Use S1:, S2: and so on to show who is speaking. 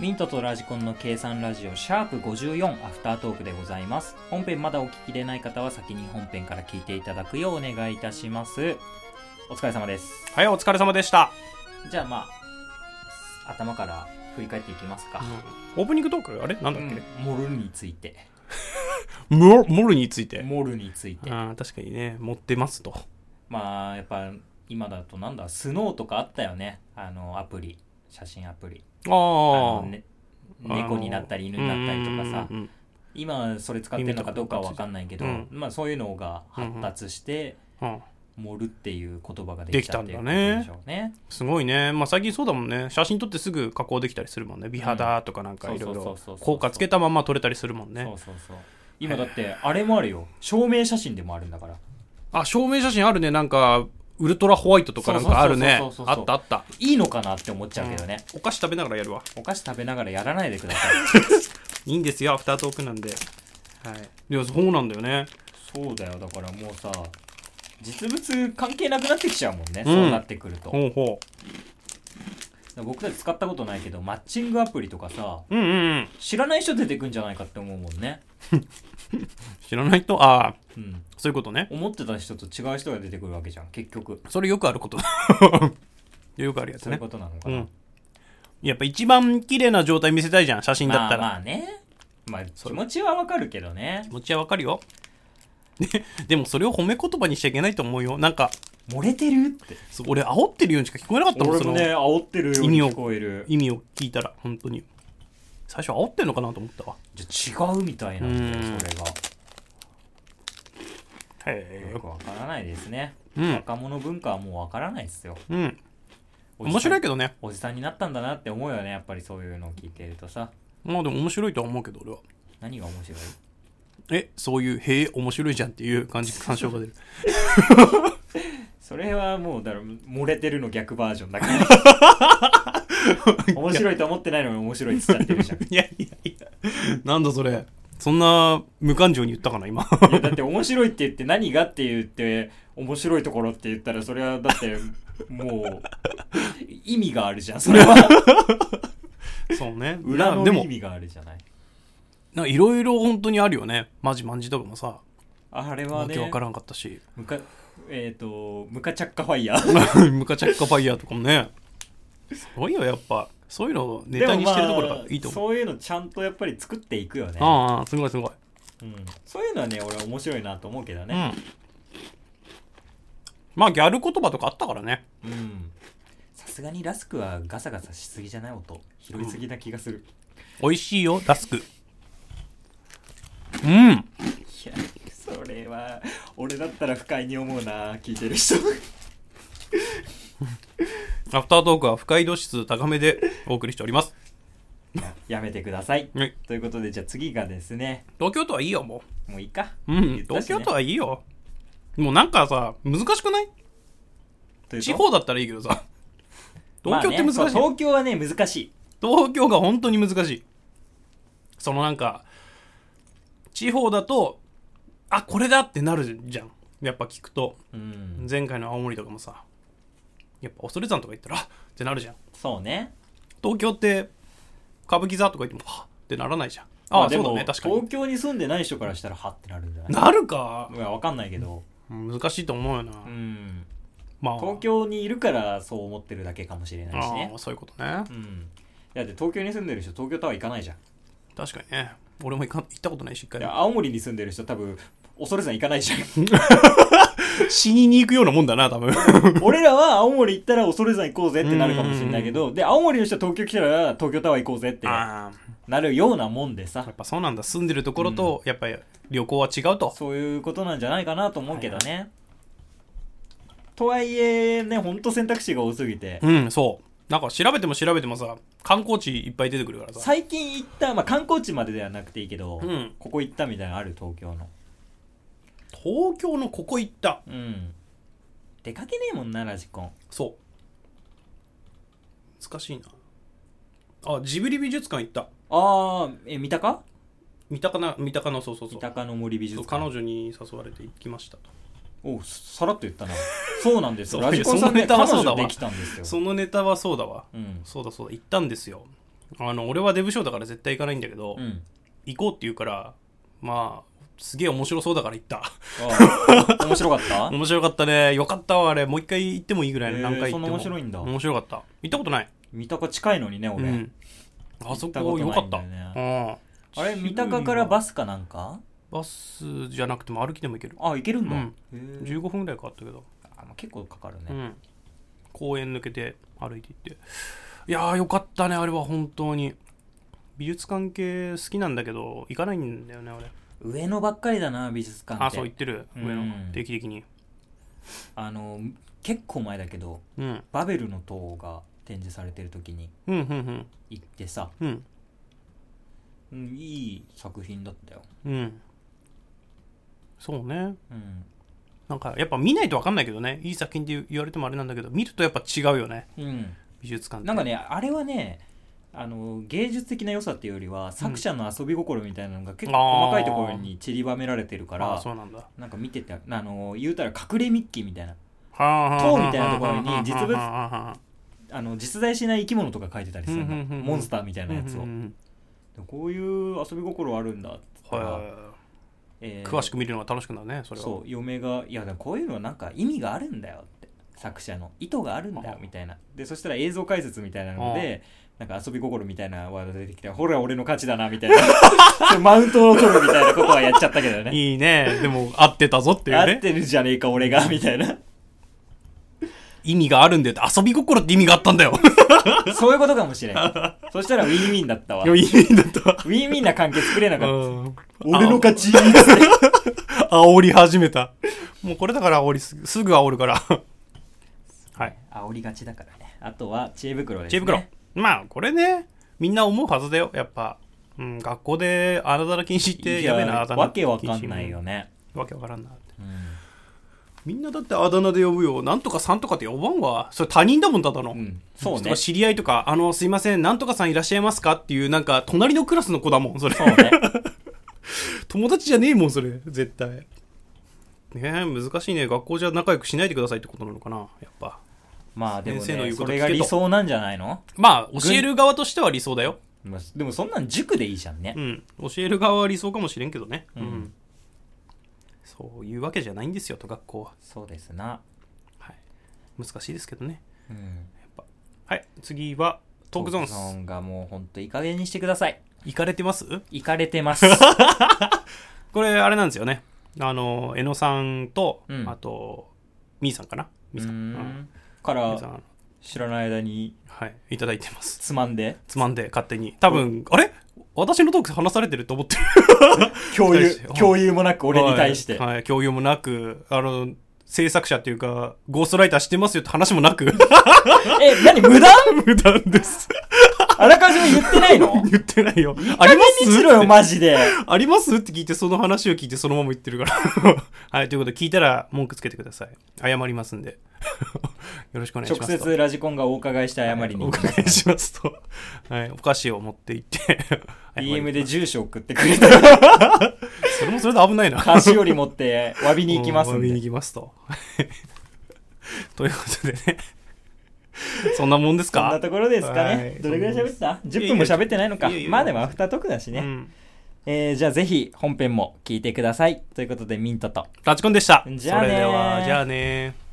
S1: ミントとラジコンの計算ラジオシャープ54アフタートークでございます。本編まだお聞きでない方は先に本編から聞いていただくようお願いいたします。お疲れ様です。
S2: はい、お疲れ様でした。
S1: じゃあまあ、頭から振り返っていきますか。
S2: オープニングトークあれなんだっけ、
S1: うんモルについて。
S2: モルモルについて。
S1: モルについて。
S2: ああ、確かにね、持ってますと。
S1: まあ、やっぱ今だとなんだ、スノーとかあったよね。あの、アプリ。写真アプリ。あ
S2: ああ
S1: の、。ね、猫になったり犬になったりとかさ。
S2: うんうんうん
S1: 今それ使ってるのかどうかは分かんないけど、
S2: うん
S1: まあそういうのが発達して
S2: うんうん
S1: 「盛る」っていう言葉ができたっていうこと
S2: で
S1: で
S2: き
S1: しょうね。
S2: すごいね。まあ最近そうだもんね。写真撮ってすぐ加工できたりするもんね。美肌とかなんかいろい
S1: そうそう
S2: ろ
S1: そうそうそう
S2: 効果つけたまま撮れたりするもん
S1: そ
S2: ね
S1: う。そうそう今だってあれもあるよ証明写真でもあるんだから
S2: あ、照明写真あるね。なんか、ウルトラホワイトとかなんかあるね
S1: そうそう。そうそう
S2: あ
S1: そう
S2: ったあった。
S1: いいのかなって思っちゃうけどね、
S2: お菓子食べながらやるわ。
S1: お菓子食べながらやらないでください
S2: いいんですよ、アフタートークなんで。はい。いや、そうなんだよね。
S1: そうだよだからもうさ実物関係なくなってきちゃうもんね、
S2: うん
S1: そうなってくると
S2: ほうほ
S1: 僕たち使ったことないけどマッチングアプリとかさ
S2: う。うんうんうん。
S1: 知らない人出てくんじゃないかって思うもんね、
S2: 知らない人ああ、
S1: うん、
S2: そういうことね。
S1: 思ってた人と違う人が出てくるわけじゃん結局
S2: それよくあること。 よくあるやつ
S1: そういう
S2: ね
S1: こ。となのか
S2: う
S1: な、
S2: ん。やっぱ一番綺麗な状態見せたいじゃん、写真だったら。
S1: まあまあね。まあ気持ちはわかるけどね
S2: 気。持ちはわかるよ。 ででもそれを褒め言葉にしちゃいけないと思うよ。なんか、
S1: 漏れてるって。
S2: そう俺煽ってるようにしか聞こえなかったもん、その
S1: 煽ってるよ
S2: うに
S1: 聞
S2: 聞
S1: こえる。
S2: 意味を聞いたら、本当に。最初煽ってんのかなと思ったわ。
S1: じゃあ違うみたいなんだよ、
S2: うん
S1: それが。
S2: へ
S1: よくわからないですね。
S2: え。うん。
S1: 若者文化はもうわからないですよ。
S2: うん。
S1: おじさん
S2: 面白いけどね。
S1: おじさんになったんだなって思うよね、やっぱりそういうのを聞いてるとさ。
S2: まあでも面白いとは思うけど、俺は。
S1: 何が面白い
S2: え、そういう、へえ、面白いじゃんっていう感じ、感傷が出る。
S1: それはもう、だから、漏れてるの逆バージョンだから。 面白いと思ってないのに面白いって言っちゃってるじゃん。
S2: いやいやいや。なんだそれ。そんな無感情に言ったかな、今。
S1: いや だって面白いって言って何がって言って面白いところって言ったらそれはだってもう意味があるじゃんそれ は
S2: そうね。
S1: 裏の
S2: でも
S1: 意、味があるじゃない
S2: なんかいろいろ本当にあるよね。マジマンジとかもさ、
S1: あれは
S2: わ
S1: ね
S2: けわからんかったし。
S1: ムカえっ、とムカチャッカファイヤー
S2: ムカチャッカファイヤーとかもね。すごいよ、やっぱ。そういうのをネタにしてるところがいいと思う。
S1: そういうのちゃんとやっぱり作っていくよね、
S2: ああ、すごいすごい。
S1: うん、そういうのはね俺は面白いなと思うけど
S2: う
S1: ね、
S2: ん。まあ、ギャル言葉とかあったからね。
S1: うんさすがにラスクはガサガサしすぎじゃない音拾いすぎな気がする、
S2: 美味しいよ、ラスク。うん。
S1: いやそれは俺だったら不快に思うな聞いてる人
S2: アフタートークは不快度指数高めでお送りしております。
S1: やめてください。
S2: はい
S1: ということで、じゃあ次がですね、
S2: 東京都はいいよ、もう。
S1: もういいか。
S2: うん、
S1: 言った
S2: 東
S1: しね
S2: 京都はいいよ。もうなんかさ、難しくない
S1: というと
S2: 地方だったらいいけどさ。東京って難しい、
S1: まあねそう東京はね、難しい。
S2: 東京が本当に難しい。そのなんか、地方だと、あ、これだってなるじゃん。やっぱ聞くと、
S1: うん。
S2: 前回の青森とかもさ、やっぱ恐山とか行ったら、あってなるじゃん。
S1: そうね。
S2: 東京って、歌舞伎座とか行っても、はってならないじゃん。あ、
S1: ま
S2: あ、
S1: で
S2: そ
S1: も
S2: うだね、確か
S1: 東
S2: に。
S1: 京に住んでない人からしたら、はってなるんじゃない
S2: なるか。
S1: いや、わかんないけど。
S2: 難しいと思うよな。
S1: うん。
S2: まあ、
S1: 東京にいるからそう思ってるだけかもしれないし
S2: あ
S1: ね
S2: あ、。そういうことね
S1: う。ん。だって東京に住んでる人、東京タワー行かないじゃん。
S2: 確かにね俺も行か行ったことないし一回
S1: いや、青森に住んでる人、多分、恐山行かないじゃん。
S2: 死にに行くようなもんだな多分
S1: 俺らは青森行ったら恐山行こうぜってなるかもしれないけど、で、青森の人は東京来たら東京タワー行こうぜって
S2: ああ
S1: なるようなもんでさ
S2: やっ。ぱそうなんだ住んでるところと、やっぱり旅行は違うと
S1: そういうことなんじゃないかなと思うけどね。とはいえ、ね、ほんと選択肢が多すぎて、
S2: うんそうなんか調べても調べてもさ観光地いっぱい出てくるからさ
S1: 最近行った、まあ、観光地までではなくていいけど、
S2: うん
S1: ここ行ったみたいなのある東京の。
S2: 東京のここ行った
S1: うん。出かけねえもんな、ラジコン。
S2: そう難しいなあジブリ美術館行った
S1: あー、え、見たか
S2: 三鷹な三鷹のそうそうそ
S1: 三
S2: う
S1: 鷹の森美術
S2: そう
S1: 館
S2: 彼女に誘われて行きましたと
S1: おさらっと言ったなそうなんですよ
S2: そう
S1: ラジコンさんね
S2: いやそ
S1: 彼
S2: のネタはそうだ
S1: 女
S2: わ
S1: できたんですよ
S2: そのネタはそうだわ
S1: うん
S2: そうだそうだ行ったんですよあの俺はデブショーだから絶対行かないんだけど、
S1: うん
S2: 行こうって言うからまあすげえ面白そうだから行った
S1: ああ面白かった
S2: 面白かったねよかったわあれもう一回行ってもいいぐらいの
S1: へえ
S2: 何回行っても、
S1: そんな面白いんだ
S2: 面白かった行ったことない、
S1: 三鷹近いのにね
S2: う
S1: 俺、
S2: ん、あそ
S1: 行
S2: こよ
S1: た
S2: か
S1: と
S2: った、
S1: ないんだよ
S2: う
S1: ね
S2: ん
S1: あれ三鷹からバスかなんか
S2: バスじゃなくても歩きでも行ける
S1: あ行けるんだ、
S2: う
S1: へ
S2: ん
S1: え
S2: 15分ぐらいかかったけど、
S1: あまあ結構かかるね、
S2: うん、公園抜けて歩いて行っていやーよかったねあれは本当に美術関係好きなんだけど行かないんだよね俺
S1: 上野ばっかりだな美術館って
S2: あそう言ってる
S1: うん
S2: 上野定期的に
S1: あの結構前だけど
S2: うん
S1: バベルの塔が展示されてる時に
S2: うんうん
S1: 行ってさ、
S2: うんう
S1: う
S2: ん
S1: ん、いい作品だったよ、
S2: うんそうね
S1: うん
S2: なんかやっぱ見ないと分かんないけどねいい作品って言われてもあれなんだけど見るとやっぱ違うよね
S1: うん、
S2: 美術館って
S1: なんかねあれはねあの芸術的な良さっていうよりは作者の遊び心みたいなのが結構細かいところに散りばめられてるか
S2: あ
S1: ら
S2: そうなんだは
S1: なんか見ててあの言うたら隠れミッキーみたいな
S2: あはあ
S1: 塔みたいなところに実物
S2: はあはあはあ
S1: あの実在しない生き物とか描いてたりするの、
S2: うんうんうんうん
S1: モンスターみたいなやつを、
S2: うんうん
S1: でこういう遊び心あるんだっつった
S2: うん
S1: ら、
S2: は
S1: え
S2: い
S1: ー
S2: 詳しく見るのが楽しくなるねそれは
S1: そう嫁が「いやでもこういうのはなんか意味があるんだよ」って作者の意図があるんだよ
S2: あ
S1: みたいなでそしたら映像解説みたいなのでなんか遊び心みたいなワード出てきて「ほら俺の勝ちだな」みたい なそれマウントを取るみたいなことはやっちゃったけどね
S2: いいね。でも、合ってたぞってい
S1: 合
S2: う
S1: っ
S2: ね。
S1: てるじゃねえか俺がみたいな
S2: 意味があるんだよって。遊び心って意味があった んだよ。
S1: そういうことかもしれんそしたらウィンウィンだったわ
S2: いや、
S1: ウィ
S2: いいんだった。
S1: ンウィンな関係作れな
S2: う
S1: かった
S2: ん。
S1: 俺の 勝ちっつって
S2: 煽り始めた。もうこれだから煽りす、すぐ煽るから。はい。
S1: 煽りがちだからねあとは知恵袋です、ね、
S2: 知恵袋。まあ、これね、みんな思うはずだよ。やっぱ。うん、学校であだだら禁止って
S1: い
S2: や
S1: や
S2: べえな、あだ名
S1: わけわかんないよね、
S2: 禁止。わけわからんなって。
S1: うん
S2: みんなだってあだ名で呼ぶよ。なんとかさんとかって呼ばんわ。それ他人だもん、ただの。
S1: うん、そう
S2: と
S1: ね
S2: か知り合いとか、あの、すいません、なんとかさんいらっしゃいますかっていう、なんか、隣のクラスの子だもん、それ。
S1: そうね
S2: 友達じゃねえもんそれ絶対ねえ難しいね学校じゃ仲良くしないでくださいってことなのかなやっぱ
S1: まあでも、ね、
S2: 先生の言うこ
S1: そ
S2: と
S1: れ
S2: 聞けと
S1: が理想なんじゃないの、
S2: まあ教える側としては理想だよ
S1: まあでもそんなん塾でいいじゃんね
S2: う、ん教える側は理想かもしれんけどねうん、
S1: うん
S2: そういうわけじゃないんですよと学校は、
S1: そうですな、
S2: はい、難しいですけどね
S1: うん、
S2: はい次はトークゾーンス
S1: ゾーンがもうほんといい加減にしてください
S2: 行かれてます
S1: いかれてます
S2: これあれなんですよねあの江野さんと、
S1: うん
S2: あとみーさんかなみーさ
S1: う
S2: ん
S1: ー
S2: うん
S1: んか
S2: みーさ
S1: ら
S2: ん
S1: 知らない間に
S2: はいいただいてます
S1: つまんで
S2: つまんで勝手に多分あれ私のトーク話されてると思ってる
S1: 共有
S2: 期待して
S1: 共有もな く俺に対して、
S2: はい、はい共有もなくあの制作者っていうかゴーストライターしてますよって話も なく
S1: え何無断
S2: 無断です
S1: あらかじめ言ってないの
S2: 言ってないよあります
S1: 何にしろよマジで
S2: ありますって聞いてその話を聞いてそのまま言ってるから はいということで聞いたら文句つけてください謝りますんで よろしくお願いし
S1: 直
S2: ますと
S1: 接ラジコンがお伺いして謝りに
S2: お
S1: 行きま
S2: 伺
S1: す
S2: いしますと、はい、お菓子を持って行って
S1: DM で
S2: 謝り
S1: 住所送ってくれた ら
S2: ますそれもそれで危ないな
S1: 菓子折り持って詫びに行きます
S2: うん
S1: ん
S2: 見に
S1: で
S2: 行きますと。ということでね。そんなもんです
S1: そん
S2: か
S1: なところですか
S2: は
S1: ね
S2: い。
S1: どれぐらい喋ってた
S2: いや
S1: ?10 分も喋ってないのか
S2: いやいやい。や
S1: まあでもアフタートークだし
S2: う
S1: ね。
S2: ん
S1: えーじゃあぜひ本編も聞いてください。ということでミントと。
S2: ラチコンでした。
S1: じゃあねー
S2: それでは、じゃあねー。